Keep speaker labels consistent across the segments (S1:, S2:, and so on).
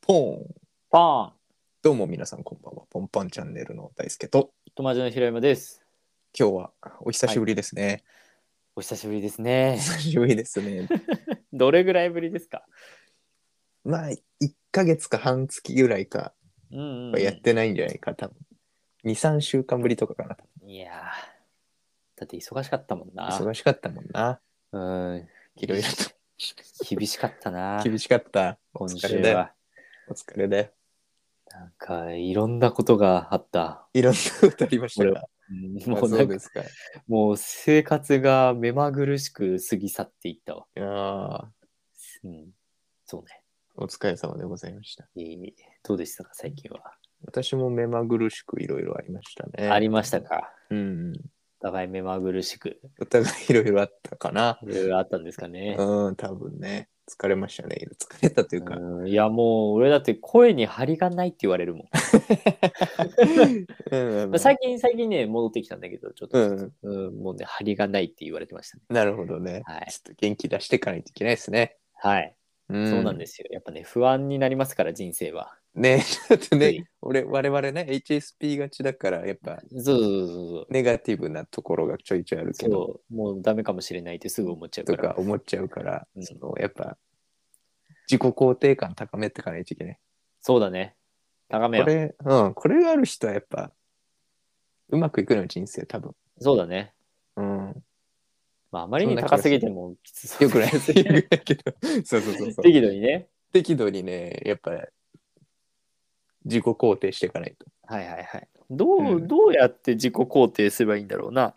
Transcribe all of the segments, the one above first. S1: ポーン
S2: パーン
S1: どうも皆さんこんばんはポンパンチャンネルの大輔と
S2: 友達の平山です。
S1: 今日はお久しぶりですね、
S2: お久しぶりですね。
S1: 久しぶりですね
S2: どれぐらいぶりですか
S1: まあ1ヶ月か半月ぐらいか
S2: うんうん、
S1: はやってないんじゃないか多分23週間ぶりとかかない
S2: やーだって忙しかったもんな。
S1: 忙しかったもんな
S2: うん。
S1: いろいろ
S2: 厳しかったな
S1: と。厳しかったお
S2: 今
S1: 疲
S2: 週
S1: れだよ
S2: は。
S1: お疲れだよ
S2: なんかいろんなことがあった。
S1: いろんなことありました
S2: 俺
S1: が
S2: うん
S1: まあ
S2: もう
S1: そ
S2: な
S1: うんで
S2: か
S1: すか
S2: もう生活が目まぐるしく過ぎ去っていったわ。
S1: ああ
S2: うん。そうね。
S1: お疲れ様でございました
S2: えーどうでしたか最近は。
S1: 私も目まぐるしくいろいろありましたね
S2: ありましたか
S1: うん
S2: お互い目まぐるしく。
S1: お互いいろいろあったかない
S2: ろいろあったんですかね。
S1: うん、多分ね。疲れましたね。疲れたというか、
S2: うんいやもう俺だって声に張りがないって言われるもん。
S1: うんうん
S2: まあ 最近最近ね戻ってきたんだけどちょっと、
S1: うん
S2: うんもうね張りがないって言われてましたね。
S1: なるほどね、
S2: はい
S1: ちょっと元気出していかないといけないですね。
S2: はい、
S1: うん、
S2: そうなんですよ。やっぱね不安になりますから人生は。
S1: ね ちょっと
S2: つ
S1: ね、
S2: い
S1: 俺、我々ね、HSP がちだから、やっぱ、
S2: そうそうそうそう
S1: ネガティブなところがちょいちょいあるけど、
S2: そうもうダメかもしれないってすぐ思っちゃう
S1: と
S2: から。
S1: か思っちゃうから、
S2: うん
S1: そのやっぱ、自己肯定感高めていかないといけない。
S2: そうだね。高め
S1: こ
S2: よう。
S1: れ、うん、これがある人はやっぱ、うまくいくのよ、人生、多分。
S2: そうだね。
S1: うん。
S2: まああまりに高すぎてもきつそう。
S1: よく ない。よくないけど、そうそうそうそう。
S2: 適度にね。
S1: 適度にねやっぱ自己肯定していかないと
S2: はいはいはい。どう、
S1: うん
S2: どうやって自己肯定すればいいんだろうな。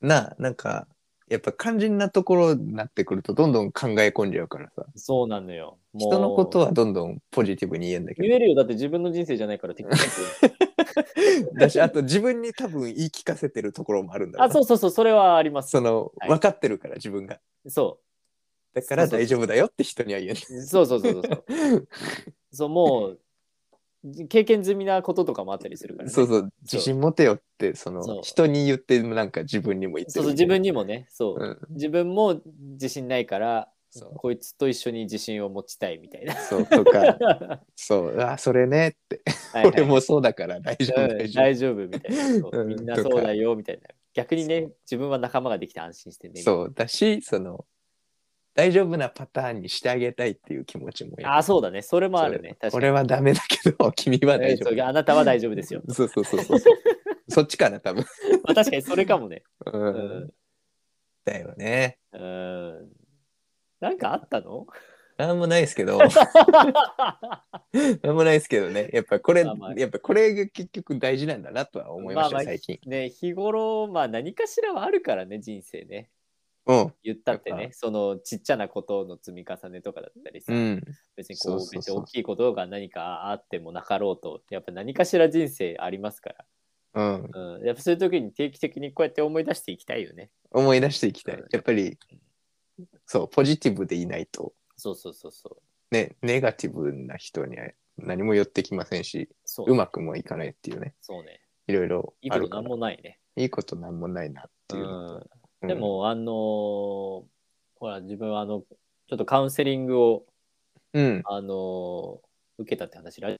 S1: ななんかやっぱ肝心なところになってくるとどんどん考え込んじゃうからさ
S2: そうなのよ。もう
S1: 人のことはどんどんポジティブに言えんだけ
S2: 言えるよ。だって自分の人生じゃないから、的確に
S1: どだしあと自分に多分言い聞かせてるところもあるんだろ
S2: あ、
S1: うな
S2: そうそうそう、それはあります。
S1: その、
S2: はい
S1: 分かってるから自分が
S2: そ
S1: だから
S2: そうそう。
S1: 大丈夫だよって人には言えないう
S2: そうそうそうそう そう。そう、もう、経験済みなこととかもあったりするから、ね。
S1: そうそう自信持てよってその
S2: そう
S1: 人に言ってなんか自分にも言って
S2: そう
S1: る
S2: そう自分にもね、そう、
S1: うん
S2: 自分も自信ないから、
S1: そう
S2: こいつと一緒に自信を持ちたいみたい な。
S1: そうとかそうあそれねって
S2: はいはい
S1: 俺もそうだから大丈
S2: う
S1: 夫
S2: ん
S1: 大丈夫
S2: 大丈夫みたいなそうう。
S1: ん
S2: みんなそうだよみたいな。逆にね、自分は仲間ができて安心してね。
S1: そうだしその大丈夫なパターンにしてあげたいっていう気持ちもやっぱ
S2: あ、そうだね。それもあるね。確かに。
S1: 俺はダメだけど君は大丈
S2: えーそう
S1: 夫
S2: あなたは大丈夫ですよ。
S1: そうそうそうそうそうそっちかな多分、
S2: まあ、確かにそれかもね。
S1: う
S2: うんん。
S1: だよね
S2: うん。なんかあったの
S1: なんもないですけどなんもないですけどねやっぱこれ、
S2: まあまあ
S1: やっぱこれが結局大事なんだなとは思いました、
S2: まあまあ
S1: 最近
S2: ね日頃、まあ何かしらはあるからね、人生ね。
S1: うん
S2: 言ったって
S1: やっ
S2: ね、そのちっちゃなことの積み重ねとかだったりさ、
S1: うん
S2: 別にこう
S1: そうそうそう
S2: 別に大きいことが何かあってもなかろうと、やっぱ何かしら人生ありますか
S1: うん
S2: ら、うん、やっぱそういう時に定期的にこうやって思い出していきたいよね。
S1: 思い出していきたい
S2: うん
S1: やっぱりそうポジティブでいないと
S2: そうそうそうそう。
S1: ねネガティブな人には何も寄ってきませんし
S2: そう
S1: う
S2: ね
S1: まくもいかないっていうね
S2: そうね。
S1: いろいろ
S2: いい
S1: あ
S2: こ
S1: る
S2: と
S1: か
S2: なん
S1: ら
S2: もないね。
S1: いいことなんもないなっていうう、
S2: ん
S1: うん
S2: でも、あのーほら、自分はあの、ちょっとカウンセリングを、
S1: うん
S2: あのー受けたって話ら、
S1: ま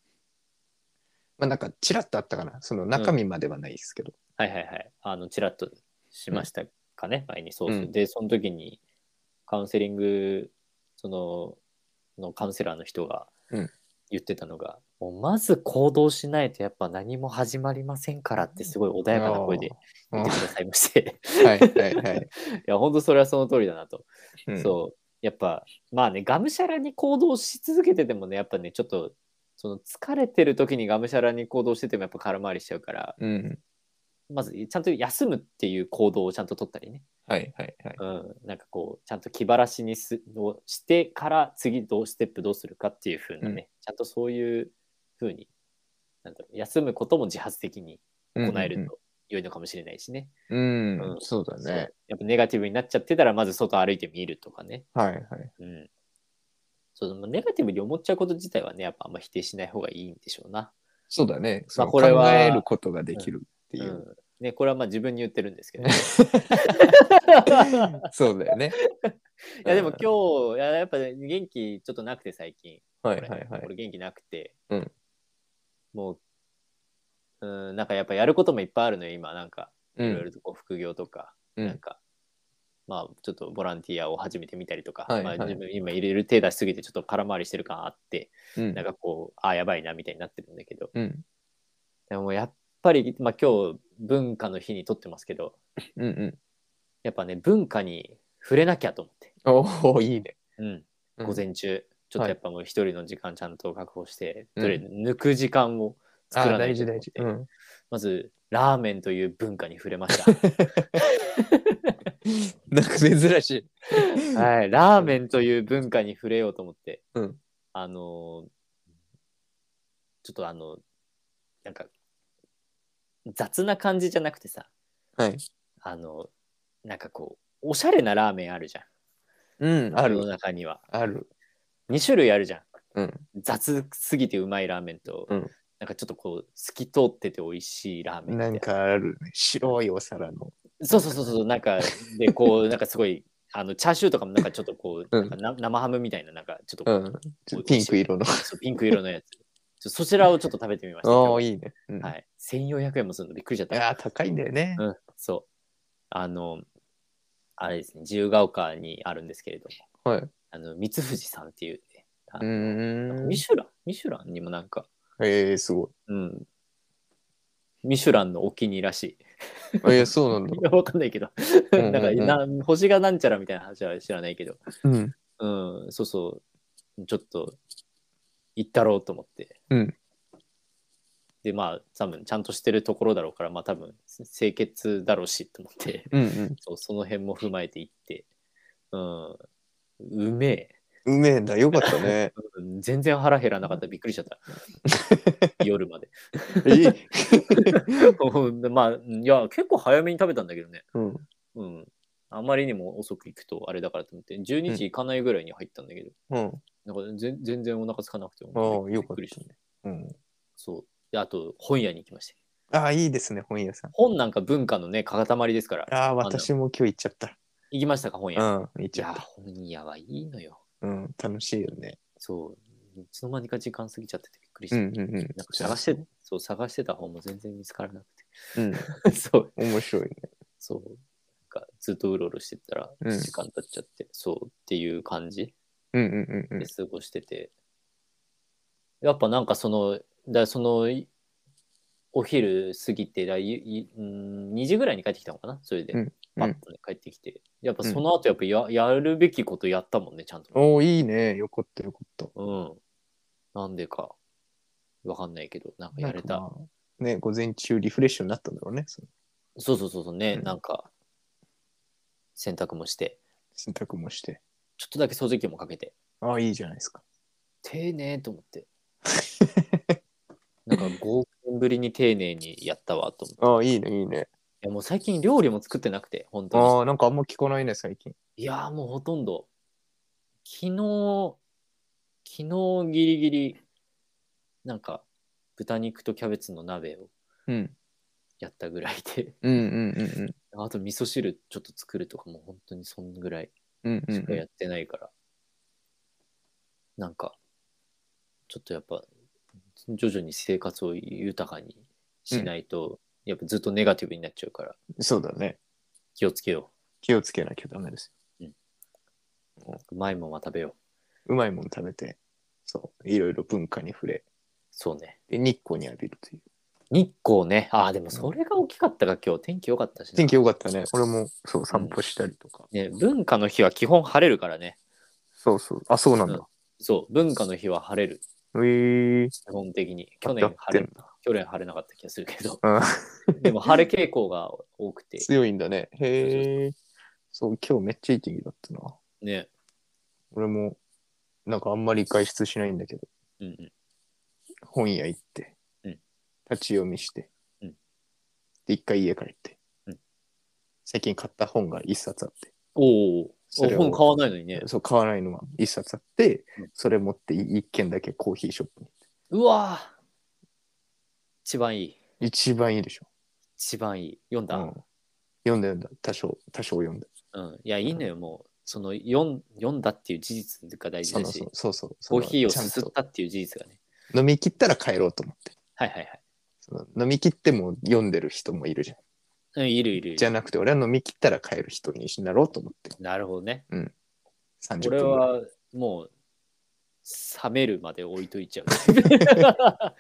S1: あなんかちらっとあったかなその中身まではないですけど、
S2: はいはいはい、あの、ちらっとしましたかね、前に、そうそう
S1: うん
S2: で、その時に、カウンセリング、その、のカウンセラーの人が
S1: うん
S2: 言ってたのが、もうまず行動しないとやっぱ何も始まりませんからって、すごい穏やかな声で
S1: うん
S2: 言って
S1: は
S2: くださいまして、
S1: いはいはい、
S2: いや、本当それはその通りだなと。
S1: うん、
S2: そうやっぱまあねがむしゃらに行動し続けててもねやっぱねちょっとその疲れてる時にがむしゃらに行動しててもやっぱ空回りしちゃうから
S1: う、ん、
S2: まずちゃんと休むっていう行動をちゃんと取ったりね、
S1: はいはいはい
S2: うん、なんかこうちゃんと気晴らしにすをしてから次どうステップどうするかっていう風なね、ちゃんとそういう風になんだろう休むことも自発的に行えると良いのかもしれないしね、
S1: うん、うん
S2: うん
S1: そうだ
S2: そう
S1: ね
S2: やっぱネガティブになっちゃってたらまず外歩いてみるとかね
S1: はいはい
S2: うん。そのネガティブに思っちゃうこと自体はね、やっぱあんま否定しない方がいいんでしょうな。
S1: そうだねその
S2: これは
S1: 考えることができるって
S2: う
S1: いう、
S2: ん。ね、これはまあ自分に言ってるんですけど、ね、
S1: そうだよね
S2: いやでも今日いややっぱね元気ちょっとなくて最近
S1: はいはいはい。
S2: 俺元気なくて、
S1: うん
S2: もううんなんかやっぱやることもいっぱいあるのよ今なんか
S1: う
S2: いろい
S1: ん。
S2: ろとこう副業とか、
S1: うん
S2: なんかまあちょっとボランティアを始めてみたりとか、
S1: はいはい
S2: まあ、自分今入れる手出しすぎてちょっと空回りしてる感あって、
S1: うん
S2: なんかこうああやばいなみたいになってるんだけど
S1: うん。
S2: でもやっぱり、まあ、今日文化の日に撮ってますけど
S1: うんうん。
S2: やっぱね文化に触れなきゃと思って、
S1: おおいいね。
S2: うん、
S1: うん
S2: 午前中ちょっとやっぱもう一人の時間ちゃんと確保して、
S1: うん
S2: とりあえず抜く時間を作ら
S1: あ
S2: な
S1: 大
S2: いと
S1: 事
S2: 思っ
S1: 大
S2: て
S1: 事。うん。
S2: まずラーメンという文化に触れ ました、
S1: なんか珍しい。
S2: はい、ラーメンという文化に触れようと思って、
S1: うん
S2: あのーちょっとあのなんか雑な感じじゃなくてさ
S1: はい。
S2: あのなんかこうおしゃれなラーメンあるじゃん
S1: うん、あ
S2: 世の
S1: る。
S2: 中には
S1: ある。
S2: 2種類あるじゃん
S1: うん。
S2: 雑すぎてうまいラーメンと、
S1: うん
S2: なんかちょっとこう透き通ってて美味しいラーメンみた
S1: ないんかあるね。白いお皿の。
S2: そうそうそうそうなんかでこ うなんかすごいあのチャーシューとかもなんかちょっとこう、
S1: うん
S2: なんかな生ハムみたいななんかちょっとこ
S1: う
S2: う、
S1: ん。ちょっとピンク色の。
S2: そうピンク色のやつちょそちらをちょっと食べてみました
S1: おお
S2: 今日
S1: いいね。うん。
S2: はいい、1400円もするのびっくりしちゃった
S1: やー高いんだよね。
S2: うん、そうあのあれですね自由が丘にあるんですけれども
S1: はい。
S2: あの三富士さんっていう、ね、あ
S1: う
S2: のなんか
S1: ん
S2: ミ。シュランミシュランにもなんか
S1: えー、すごい。
S2: うん。ミシュランのお気に入りらしい。
S1: えー、そうなんだ
S2: い。やわかんないけど。
S1: うんうん
S2: なんかな星がなんちゃらみたいな話は知らないけど。
S1: うん。
S2: うん、そうそう。ちょっと、行ったろうと思って。
S1: うん
S2: で、まあ、多分、ちゃんとしてるところだろうから、まあ、多分、清潔だろうし、と思って。
S1: うん
S2: そうその辺も踏まえて行って。うん。うめえ。
S1: うん。うめえんだ。よかったね。
S2: うん全然腹減らなかった。びっくりしち ゃった。夜まで。
S1: いい。
S2: うんまあ、いや、結構早めに食べたんだけどね。
S1: うん。
S2: うん。あまりにも遅く行くとあれだからと思って、12時行かないぐらいに入ったんだけど、
S1: うん。
S2: なんか全全然お腹空かなくて、
S1: ああ、
S2: び
S1: よ
S2: っ
S1: かっ
S2: くり
S1: た
S2: した。
S1: ね。うん。
S2: そう。で、あと、本屋に行きました。
S1: ああ、いいですね、本屋さん。
S2: 本なんか文化のね、塊ですから。
S1: ああ、私も今日行っちゃった。
S2: 行きましたか、本
S1: うん、
S2: 屋。
S1: 行っ
S2: い
S1: ちゃ
S2: や
S1: っ、た。
S2: 本屋はいいのよ。
S1: うん、楽しいよね。
S2: そう。いつの間にか時間過ぎちゃっててびっくりし
S1: うん
S2: た。
S1: うんうん。
S2: なんか探して、そう、探してた本も全然見つからなく
S1: うん、
S2: て。そう。
S1: 面白いね。
S2: そう。なんかずっとうろうろしてたら、
S1: うん
S2: 時間経っちゃって、そうっていう感じ。
S1: うんうんうんう
S2: で
S1: ん。
S2: 過ごしてて、やっぱなんかそのだそのいお昼過ぎてだいいうん2時ぐらいに帰ってきたのかなそれで、
S1: うん
S2: パッとね帰ってきてやっぱその後やっぱや,、やるべきことやったもんねちゃんと、
S1: おお、いいね。よかったよかった。
S2: うん、なんでかわかんないけどなんかや
S1: な
S2: れ
S1: ん
S2: た
S1: かまあ。ね、午前中リフレッシュになったんだろうね。その
S2: そうそうそうそうね、
S1: うん
S2: なんか洗濯もして
S1: 洗濯もして。
S2: ちょっとだけ掃除機もかけて
S1: ああ、いいじゃないですか。
S2: 丁寧と思って なんか5年ぶりに丁寧にやったわと思って
S1: ああ、いいね、いいね。
S2: いやもう最近料理も作ってなくて、本当
S1: ああ、なんかあんま聞かないね、最近。
S2: に。いやーもうほとんど。昨日、昨日ギリギリ、なんか豚肉とキャベツの鍋を
S1: うん。
S2: やったぐらいで、
S1: うんうんうん
S2: あと味噌汁ちょっと作るとかもう本当にそんぐらい
S1: うん。うんう
S2: しか
S1: ん
S2: やってないから、なんか、ちょっとやっぱ、徐々に生活を豊かにしないと、やっぱずっとネガティブになっちゃうから、
S1: うん。そうだね。
S2: 気をつけよ
S1: 気をつけなきゃダメです。
S2: う。うまいもんは食べよう。
S1: うまいもん食べて、そう、いろいろ文化に触れ、
S2: そうね。
S1: で日光に浴びるという。
S2: 日光ね。ああ、でもそれが大きかったか、今日。天気良かったしな
S1: 天気良かったね。俺も、そう、散歩したりとか。
S2: ね。文化の日は基本晴れるからね。
S1: そうそう。あ、そうなんだ。
S2: そう、文化の日は晴れる。
S1: ええー。
S2: 基本的に。去
S1: やっ
S2: 年晴
S1: て
S2: れ
S1: ん、だ。
S2: 去年晴れなかった気がするけど
S1: うん
S2: でも晴れ傾向が多 くて。
S1: 強いんだね。へえ。そう、今日めっちゃいい天気だったな。
S2: ね。
S1: 俺も、なんかあんまり外出しないんだけど、
S2: うんうん。
S1: 本屋行って、
S2: うん
S1: 立ち読みして、
S2: うん
S1: で、一回家帰って、
S2: うん
S1: 最近買った本が一冊あって、
S2: おー
S1: そ
S2: お、
S1: れを
S2: 本買わないのにね。
S1: そう、買わないのは一冊あって、
S2: うん
S1: それ持って一軒だけコーヒーショップに。
S2: うわー一番いい。
S1: 一番いいでしょ。
S2: 一番いい。読ん
S1: う
S2: だ、
S1: ん読んだ読んだ。多少、多少読んだ。
S2: うん、いや、いいのよ、もう。その読ん読んだっていう事実が大事
S1: そ
S2: だ
S1: の
S2: し
S1: そうそうそうそ
S2: コー
S1: の
S2: ヒーを
S1: ちゃ
S2: す
S1: ん
S2: すっ
S1: と
S2: たっていう事実がね
S1: 飲み切ったら帰ろうと思って
S2: はいはい
S1: その飲み切っても読んでる人もいるじゃん
S2: はいうんいるいるいる
S1: じゃなくて俺は飲み切ったら帰る人になろうと思って
S2: なるほどね
S1: 30
S2: 俺
S1: 分ぐらい
S2: はもう冷めるまで置いとい ちゃうあ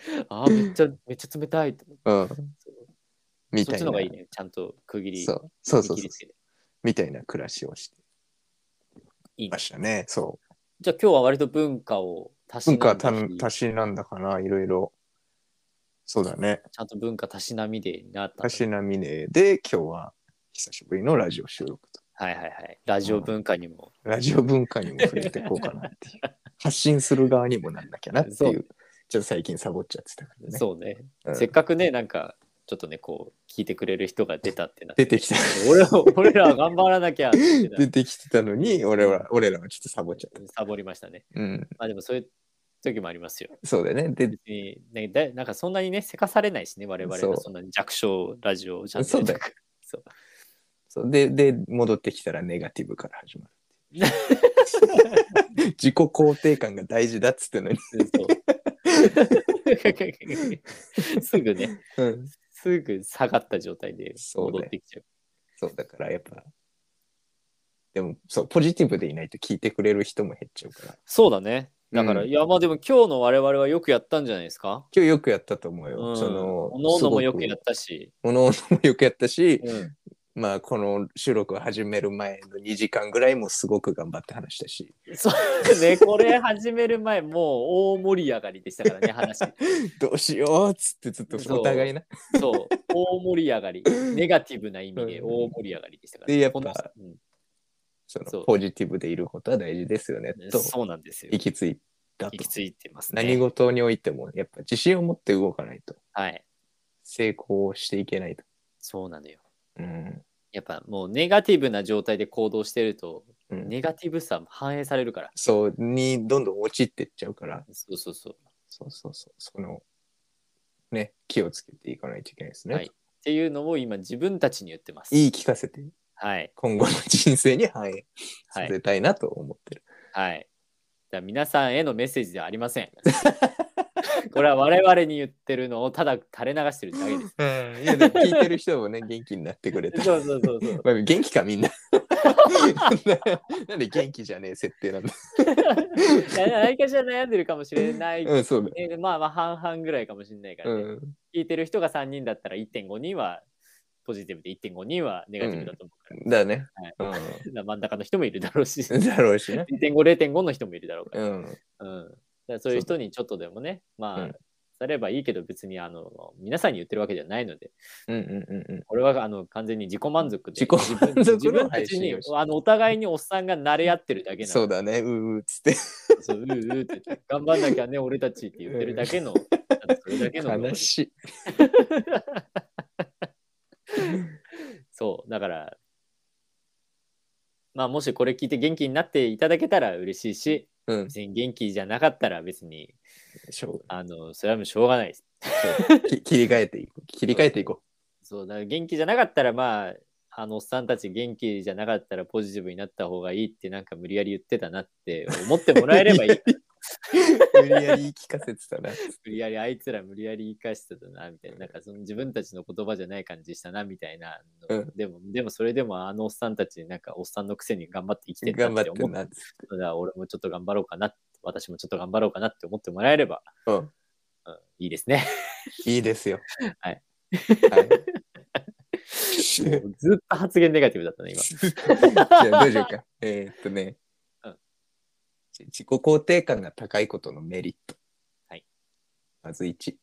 S2: ーめっちゃめっちゃ冷たいと思って
S1: うんみ
S2: そ
S1: た
S2: っ
S1: い
S2: ち
S1: な
S2: の方がいいねちゃんと区切り
S1: そうそうそうそ
S2: 区切り
S1: う
S2: つけて
S1: みたいな暮らしをして
S2: いいね
S1: ましたねそ
S2: じゃあ今日は割と文化を足
S1: う文
S2: し
S1: 化
S2: な
S1: はた
S2: み
S1: たしなんだかないろいろそうだね
S2: ちゃんと文化たしなみでになったん
S1: た
S2: だ
S1: しなみねで今日は久しぶりのラジオ収録と
S2: はいはいはいラジオ文化にも、
S1: ラジオ文化にも触れていこうかなって いう発信する側にもなんなきゃなって
S2: そ
S1: いううちょっと最近サボっちゃってたからね
S2: そうね、
S1: うん
S2: せっかくねなんかちょっとねこう聞いてくれる人が出たってなって
S1: 出てきた
S2: 俺ら俺らは頑張らなきゃって言ってた
S1: 出てきてたのに俺は俺らはちょっとサボっちゃった
S2: サボりましたね
S1: うん
S2: まあでもそういう時もありますよ
S1: そうだねで
S2: 別にねだなんかそんなにねせかされないしね我々
S1: そ
S2: が
S1: う
S2: そんなに弱小ラジオチャンネル
S1: そうだよ
S2: そう
S1: そうでで戻ってきたらネガティブから始まる自己肯定感が大事だっつってんのに、
S2: そうすぐね
S1: うん、
S2: すぐ下がった状態で
S1: そうね
S2: 戻ってきちゃう
S1: そうだからやっぱでもそうポジティブでいないと聞いてくれる人も減っちゃうから
S2: そう,、だねだから、
S1: うん
S2: いやまあでも今日の我々はよくやったんじゃないですか
S1: 今日よくやったと思うよ、
S2: うん
S1: その
S2: おのおのもよくやったし、
S1: おのおのもよくやったし、
S2: うん、
S1: まあこの収録を始める前の2時間ぐらいもすごく頑張って話したし
S2: そうねこれ始める前もう大盛り上がりでしたからね話
S1: どうしようっつってずっと
S2: そう
S1: お互いな
S2: そう大盛り上がりネガティブな意味で
S1: うん
S2: 大盛り上がりでしたから、
S1: でやっぱ
S2: このうん
S1: その
S2: そう
S1: ポジティブでいることは大事ですよねと
S2: そうなんですよ。
S1: 行き着いたと
S2: 行き着いてますね。
S1: 何事においてもやっぱ自信を持って動かないと
S2: はい。
S1: 成功していけないと、
S2: そうなのよ。
S1: うん
S2: やっぱもうネガティブな状態で行動してると、
S1: うん
S2: ネガティブさも反映されるから。
S1: そうにどんどん陥っていっちゃうから
S2: そうそうそう。
S1: そうそうそうそのね気をつけていかないといけないですね、
S2: はいい、っていうのを今自分たちに言ってます。
S1: い聞かせて
S2: はい。
S1: 今後の人生に反映
S2: は
S1: さ
S2: い。
S1: せたいなと思ってる、
S2: はい。だから皆さんへのメッセージではありません。 これは我々に言ってるのをただ垂れ流してるだ けです。
S1: うんいやでも聞いてる人もね元気になってく れた
S2: そうそうそうそう。
S1: まあ元気かみんな なんで元気じゃねえ設定なんだ
S2: いや何かしら悩んでるかもしれない。
S1: うんそうだ
S2: えーまあまあ半々ぐらいかもしれないから
S1: う
S2: ね。
S1: ん
S2: 聞いてる人が3人だったら1.5人はポジティブで1.5人はネガティブだと思うから、
S1: だね、
S2: だから真ん中の人もいるだろ うし
S1: うんだろうしね
S2: 1.50.5の人もいるだろうか
S1: うん
S2: ら,、うん、だからそういう人にちょっとでもねまあ、
S1: うん
S2: されればいいけど別にあの皆さんに言ってるわけじゃないので
S1: うんうんうんうん
S2: 俺はあの完全に自己満足
S1: 自
S2: で
S1: 己満足の
S2: 自分たち
S1: 配
S2: に
S1: 信をして
S2: あのお互いにおっさんが慣れ合ってるだけな
S1: そうだ
S2: だ
S1: ね、うーうーっつって。
S2: そううううって言って頑張んなきゃね俺たちって言ってるだけの、ただそれだけの
S1: 悲しい。
S2: そう、だから、まあ、もしこれ聞いて元気になっていただけたら嬉しいし、
S1: うん、
S2: 別に元気じゃなかったら別に、
S1: しょう
S2: あの、それはもうしょうがないです。
S1: そうき切り替えていこう。切り替えていこ
S2: そう、だから元気じゃなかったら、まあ、あのおっさんたち元気じゃなかったらポジティブになった方がいいってなんか無理やり言ってたなって思ってもらえればいい。
S1: う。 無理やり言い聞かせてたな。
S2: 無理やりあいつら無理やり生かしてたなみたいななんかその自分たちの言葉じゃない感じしたなみたいなの、
S1: うん
S2: でもでもそれでもあのおっさんたちなんかおっさんのくせに頑張って生きてる
S1: 頑
S2: な
S1: 張っ
S2: っ
S1: てて
S2: 思っ
S1: な。
S2: だから俺もちょっと頑張ろうかな、私もちょっと頑張ろうかなって思ってもらえれば、
S1: うん、
S2: うん、いいですね。
S1: いいですよ。
S2: はい。
S1: はい、
S2: もうずっと発言ネガティブだったね、今。
S1: じゃあ、どうしようか。えーっとね、
S2: うん
S1: 自己肯定感が高いことのメリット。
S2: はい。
S1: まず1、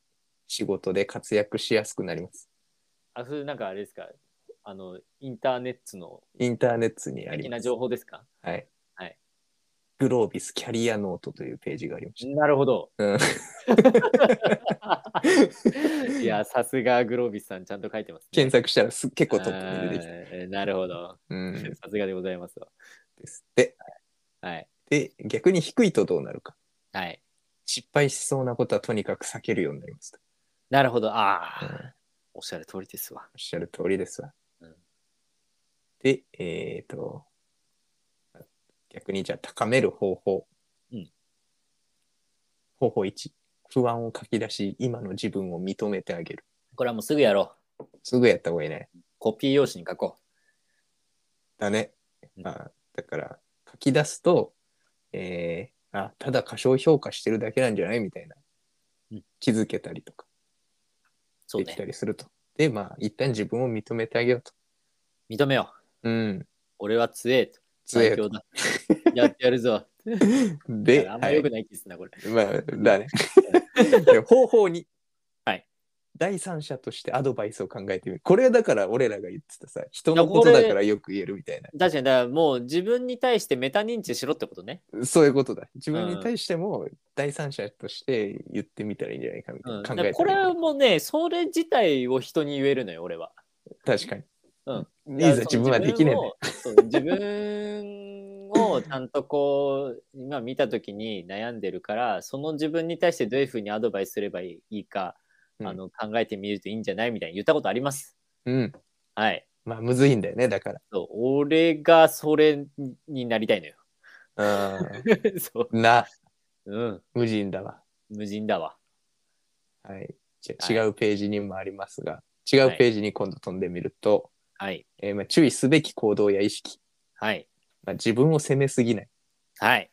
S1: 仕事で活躍しやすくなります。
S2: あ、それなんかあれですか、あの、インターネットの
S1: インターネットにあ
S2: 的
S1: り
S2: な
S1: ます。
S2: 情報ですか
S1: はい。
S2: はい
S1: グロービスキャリアノートというページがありました。
S2: なるほど。
S1: うん
S2: いや、さすがグロービスさん、ちゃんと書いてます、
S1: 検索したらす結構トップに出てきた。
S2: あーなるほど。
S1: うん、で
S2: さすがでございますわ。
S1: すって
S2: はい。
S1: で逆に低いとどうなるか
S2: はい。
S1: 失敗しそうなことはとにかく避けるようになりますと
S2: なるほど。あ
S1: うんおっ
S2: あ、おっしゃる通りですわ。
S1: しゃる通りですわ。
S2: うん
S1: でえっ、と逆にじゃあ高める方法。
S2: うん
S1: 方法1。不安を書き出し、今の自分を認めてあげる。
S2: これはもうすぐやろう。
S1: すぐやった方がいいね。
S2: コピー用紙に書こ
S1: だね。
S2: うん
S1: あだから、書き出すと、えーあ、ただ過小評価してるだけなんじゃないみたいな
S2: うん。
S1: 気づけたりとか、
S2: う。そう
S1: できた
S2: ね。
S1: りすると。で、まあ、一旦自分を認めてあげようと。
S2: 認めよう。
S1: うん。
S2: 俺は強えと。
S1: 強え
S2: 最強だ。 やってやるぞ。
S1: で、
S2: あんま
S1: はい
S2: 良くない気すんな、これ。
S1: まあ、だね。で方法に、
S2: はい
S1: 第三者としてアドバイスを考えてみる。これはだから俺らが言ってたさ、人のことだからよく言えるみたいな。
S2: 確かに、だからもう自分に対してメタ認知しろってことね。
S1: そういうことだ。自分に対しても第三者として言ってみたらいいんじゃないかみたいな、
S2: うん、
S1: 考
S2: だか
S1: え
S2: ら
S1: て
S2: こ
S1: み
S2: れ
S1: る
S2: はもうね、それ自体を人に言えるのよ、俺は。
S1: 確かに。
S2: うん
S1: いざ自分はできねえんだよ。
S2: そう自分をちゃんとこう今見た時に悩んでるからその自分に対してどういうふうにアドバイスすればいいか、
S1: うん
S2: あの考えてみるといいんじゃないみたいに言ったことあります。
S1: うん。
S2: はい、
S1: まあ、むずいんだよね、だか
S2: そう俺がそれになりたいのよ。
S1: ら。
S2: そ
S1: うん。な、
S2: ううん、
S1: 無人だわ。
S2: 無人だわ。
S1: はい。じゃ
S2: は
S1: 違
S2: い
S1: うページにもありますが、違うページに今度飛んでみると、
S2: はい
S1: えーまあ、注意すべき行動や意識、
S2: はい
S1: まあ、自分を責めすぎない。
S2: はい、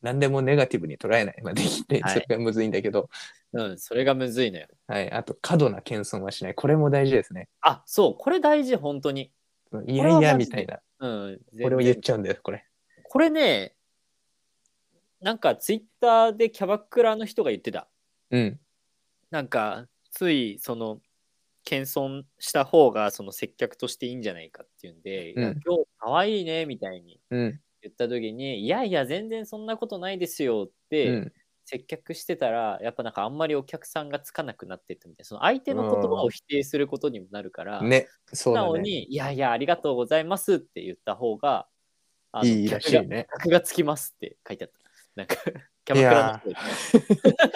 S1: 何でもネガティブに捉えない。まあ、できて、
S2: はい
S1: それがむずいんだけど、
S2: うん、それがむずいのよ。
S1: はい。あと、過度な謙遜はしない。これも大事ですね。
S2: あそうこれ大事本当に。
S1: い
S2: これ
S1: や
S2: はい
S1: や、
S2: マ
S1: み
S2: ジで
S1: たいな。
S2: うん、
S1: これを
S2: 全然
S1: 言っちゃうんだよ、これ。
S2: これね、なんかツイッターでキャバクラの人が言ってた。
S1: うん。
S2: なんか、ついその、謙遜した方がその接客としていいんじゃないかっていうんで、
S1: うん
S2: いや今日可愛いねみたいに
S1: うん。
S2: 言った時に、いやいや、全然そんなことないですよっ
S1: う
S2: て、
S1: ん。
S2: 接客してたら、やっぱなんかあんまりお客さんがつかなくなってったみたいな、その相手の言葉を否定することにもなるから、
S1: ね。そう
S2: な
S1: だ
S2: お
S1: ね。
S2: に、いやいや、ありがとうございますって言った方が、あの
S1: いいらしいね。
S2: 格がつきますって書いてあった。な んか、キャバクラの人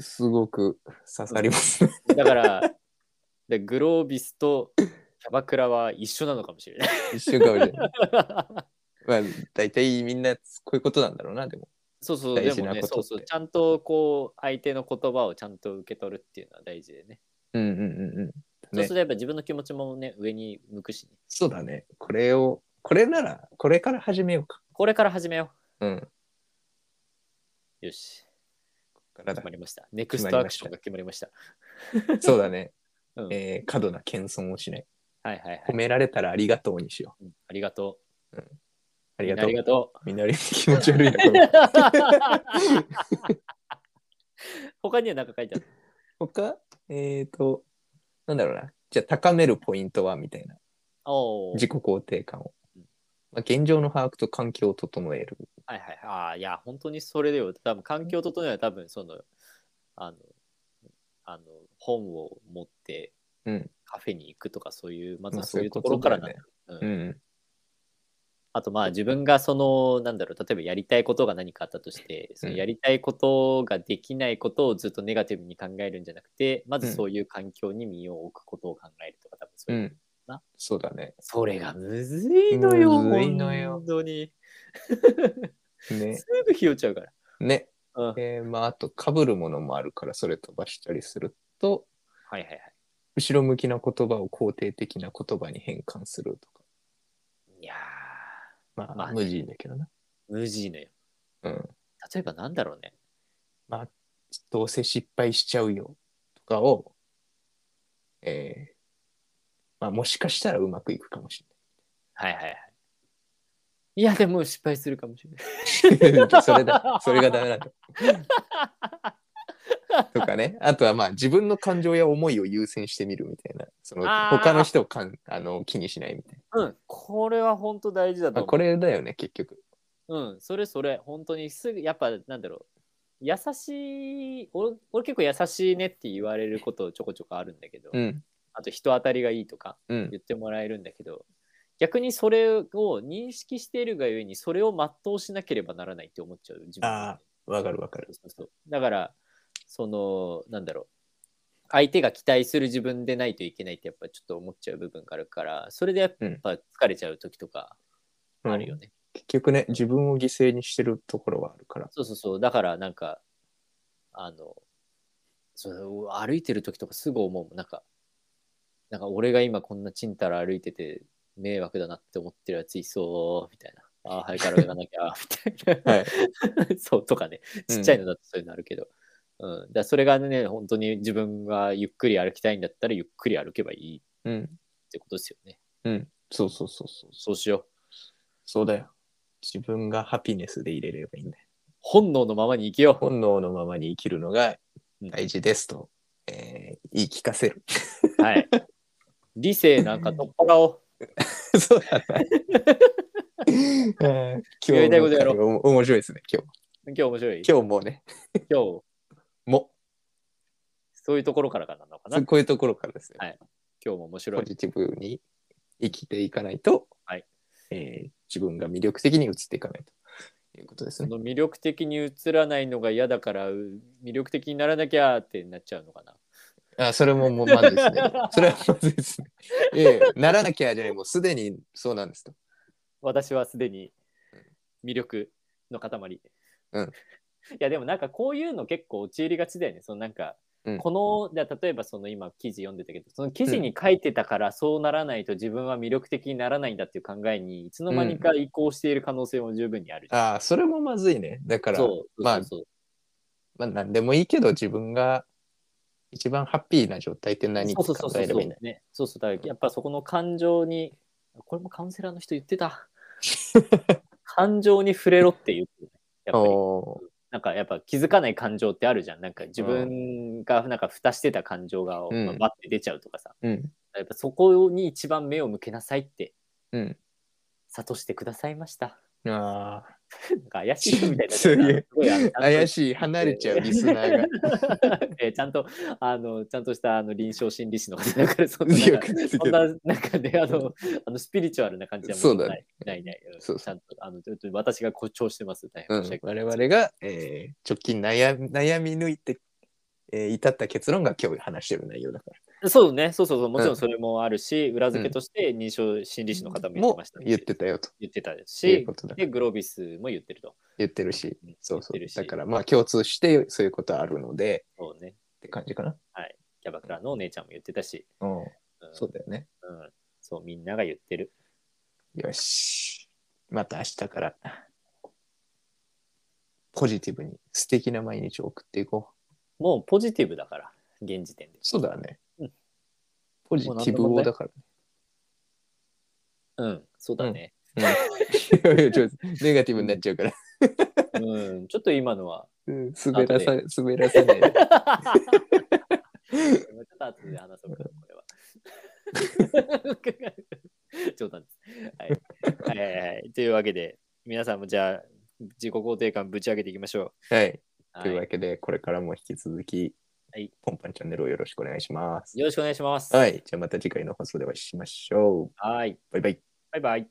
S1: すごく刺さりますね。
S2: だから、でグロービスとキャバクラは一緒なのかもしれない。
S1: 一週間もしれない。まあ、大体みんなこういうことなんだろうな、でも。
S2: そうそう、
S1: 大
S2: で
S1: 事
S2: も
S1: な
S2: ね、
S1: ことって
S2: そうそう、ちゃんとこう、相手の言葉をちゃんと受け取るっていうのは大事でね。
S1: うんうんうんうん。
S2: そう
S1: ね
S2: す、るとやっぱ自分の気持ちもね、上に向くし、ね、
S1: そうだね。これを、これなら、これから始めようか。
S2: これから始めよ
S1: うん。
S2: う。よし、
S1: こっからだ
S2: 決まりました。ネクストアクションが決まりました。
S1: そうだね。
S2: うん
S1: えー過度な謙遜をしない。
S2: はいはいはい
S1: 褒。められたらありがとうにしよ
S2: うんありがと
S1: う。あ
S2: う。
S1: り
S2: みん
S1: が
S2: なあ
S1: とう
S2: り。がとう。
S1: みんなありがとう。気持ち悪いな、これ。
S2: 他には何か書いてある。
S1: 他、えっ、と、なんだろうな。じゃあ、高めるポイントはみたいな。
S2: おー
S1: 自己肯定感を
S2: うん。
S1: まあ、現状の把握と環境を整える。
S2: はいはいはい。ああ、いや、本当にそれだよ。多分、環境を整えは多分、その、あの、あの、本を持って
S1: うん。
S2: カフェに行くとか、そういう、まず
S1: ま
S2: は
S1: あ
S2: そういうところからなんだろう
S1: う
S2: うん
S1: ん。
S2: あと、まあ、自分がその、なんだろう、例えばやりたいことが何かあったとして、その
S1: うん
S2: やりたいことができないことをずっとネガティブに考えるんじゃなくて、まずそういう環境に身を置くことを考えるとか、多分そうういう。
S1: ん。そうだね。
S2: それがむずいのよ、
S1: むずいのよ
S2: 本当に。
S1: ね
S2: す。ぐひよっちゃうから。
S1: ね。
S2: うん。はい
S1: えーまあ、あと、かぶるものもあるから、それ飛ばしたりすると、
S2: はいはい。
S1: 後ろ向きな言葉を肯定的な言葉に変換するとか。
S2: いやー。
S1: まあ、
S2: まあね
S1: 無人だけどな。
S2: 無事ね。
S1: うん。
S2: 例えばなんだろうね。
S1: どうせ失敗しちゃうよとかを、えーまあ、もしかしたらうまくいくかもし
S2: はいはいはい。いや、でも失敗するかもしれない。
S1: れ ない。それだ。それがダメなんだ。とかね。あとはまあ自分の感情や思いを優先してみるみたいな。その
S2: あー
S1: 他の人をかんあの気にしないみたい
S2: うん、これは本当大事だ
S1: な。
S2: と
S1: あ
S2: 思う。
S1: これだよね、結局。
S2: うん、それそれ、本当にすぐ、やっぱなんだろう。優しい俺、俺結構優しいねって言われることちょこちょこあるんだけど、
S1: うん。
S2: あと人当たりがいいとか
S1: うん。
S2: 言ってもらえるんだけど、逆にそれを認識しているがゆえに、それを全うしなければならないって思っちゃう。自分
S1: あーわかるわかる。
S2: そうそうそうだからそのなんだろう相手が期待する自分でないといけないってやっぱちょっと思っちゃう部分があるからそれでやっぱ疲れちゃう時とかあるよね、
S1: 結局ね、自分を犠牲にしてるところはあるから。
S2: そうそうそう。だからなんか、あの、その歩いてる時とかすぐ思うもん。なんか、なんか俺が今こんなちんたら歩いてて迷惑だなって思ってるやついそう、みたいな。ああ、早く歩かなきゃ、 みたいな。
S1: はい。
S2: そうとかね、ちっちゃいのだとそういうのあるけど、うんだからそれがね、本当に自分がゆっくり歩きたいんだったら、ゆっくり歩けばいいっ
S1: うん。
S2: てことですよね。
S1: うん。そうそうそうそう。
S2: そうしよう。
S1: そうだよ。自分がハピネスで入れればいいんだよ。
S2: 本能のままに生きよう。
S1: 本能のままに生きるのが大事ですと、えー言い聞かせ る。
S2: はい。理性なんか取っ払おう。
S1: そうだな。うん今日
S2: やりたいこと
S1: の会
S2: やろう
S1: 話お面白いですね、今
S2: 今日面白い。
S1: 日。今日もね、
S2: 今日、
S1: も
S2: そういうところからかなのかな。
S1: う、
S2: 今
S1: こういうところからですね、
S2: はい日も面白
S1: ポ
S2: い。
S1: ジティブに生きていかないと、
S2: はい
S1: えー自分が魅力的に移っていかないということです
S2: そ
S1: ね。
S2: の魅力的に映らないのが嫌だから、う魅力的にならなきゃってなっちゃうのかな。
S1: あそれももうまずいです ね。それはまずいですね。ええならなきゃじゃない、もうすでにそうなんですと。
S2: 私はすでに魅力の塊。
S1: うん
S2: いやでもなんかこういうの結構陥りがちだよね。そのなんか、
S1: うん
S2: この、だ例えばその今記事読んでたけど、その記事に書いてたからそうならないと自分は魅力的にならないんだっていう考えにいつの間にか移行している可能性も十分にある。
S1: ああ、それもまずいね。だから、
S2: そうそう
S1: ま
S2: そ
S1: あ
S2: う、そう。
S1: まあ何でもいいけど自分が一番ハッピーな状態って何って
S2: そうそ
S1: 考
S2: うそう
S1: えれ
S2: そ
S1: ば
S2: う
S1: いいんだよ
S2: ね。そうそうだからやっぱそこの感情に、これもカウンセラーの人言ってた。 感情に触れろっていう。やっぱり
S1: お
S2: なんかやっぱ気づかない感情ってあるじゃん。なんか自分がなんか蓋してた感情が、
S1: うん
S2: まあバッて出ちゃうとかさ。
S1: ーうん
S2: やっぱそこに一番目を向けなさいって
S1: うん
S2: 諭してくださいました。
S1: あ あ
S2: なんか怪しい人みたいな。
S1: そういう
S2: すごいあの
S1: 怪しい離れちゃうリスナ ーが。
S2: えーちゃんと、あの、ちゃんとしたあの臨床心理士の方だから、そんな、
S1: よ
S2: そ
S1: く出て
S2: ん
S1: る
S2: ななんかね、あの、あのスピリチュアルな感じはも
S1: そうだ
S2: な
S1: ね
S2: い、ないない。うん
S1: そうそう
S2: ちゃんと、あの、ちょっと私が誇張してます。大
S1: う
S2: 変申し
S1: ん
S2: 訳な
S1: 我
S2: い
S1: 々が、えー直近悩み悩み抜いて、えー至った結論が今日話してる内容だから。
S2: そうね、そうそうそう、もちろんそれもあるし、裏付けとして認証心理士の方も言ってました、
S1: もう言ってたよと
S2: 言ってた
S1: いう
S2: し
S1: こ、とだ
S2: で、グロービスも言ってると。
S1: 言ってるし
S2: うん
S1: そうそ
S2: 言
S1: う
S2: ってるし
S1: だからまあ共通してそういうことあるので
S2: そうね、
S1: って感じかな。
S2: キャバクラのお姉ちゃんも言ってたし、
S1: うん、
S2: うん、
S1: そうだよね。
S2: うん、そう、みんなが言ってる。
S1: よし。また明日から、ポジティブに素敵な毎日を送っていこう。
S2: もうポジティブだから、現時点で。
S1: そうだね。
S2: うん
S1: ポジティブをだから。
S2: うん、そうだね。
S1: うんいやいやちょっとネガティブになっちゃうから。
S2: うん、ちょっと今のは。
S1: うん滑らさ、滑らせ ないで。
S2: ちょっと後で話そうか、これは。冗談です。はい。はいはいはい。というわけで、皆さんもじゃあ、自己肯定感ぶち上げていきましょ
S1: はい。
S2: う。は
S1: というわ
S2: い、
S1: けで、これからも引き続き、
S2: はい
S1: ポンパンチャンネルをよろしくお願いします。
S2: よろしくお願いします。
S1: はい。じゃあまた次回の放送でお会いしましょう。
S2: はい。
S1: バイバイ。
S2: バイバイ。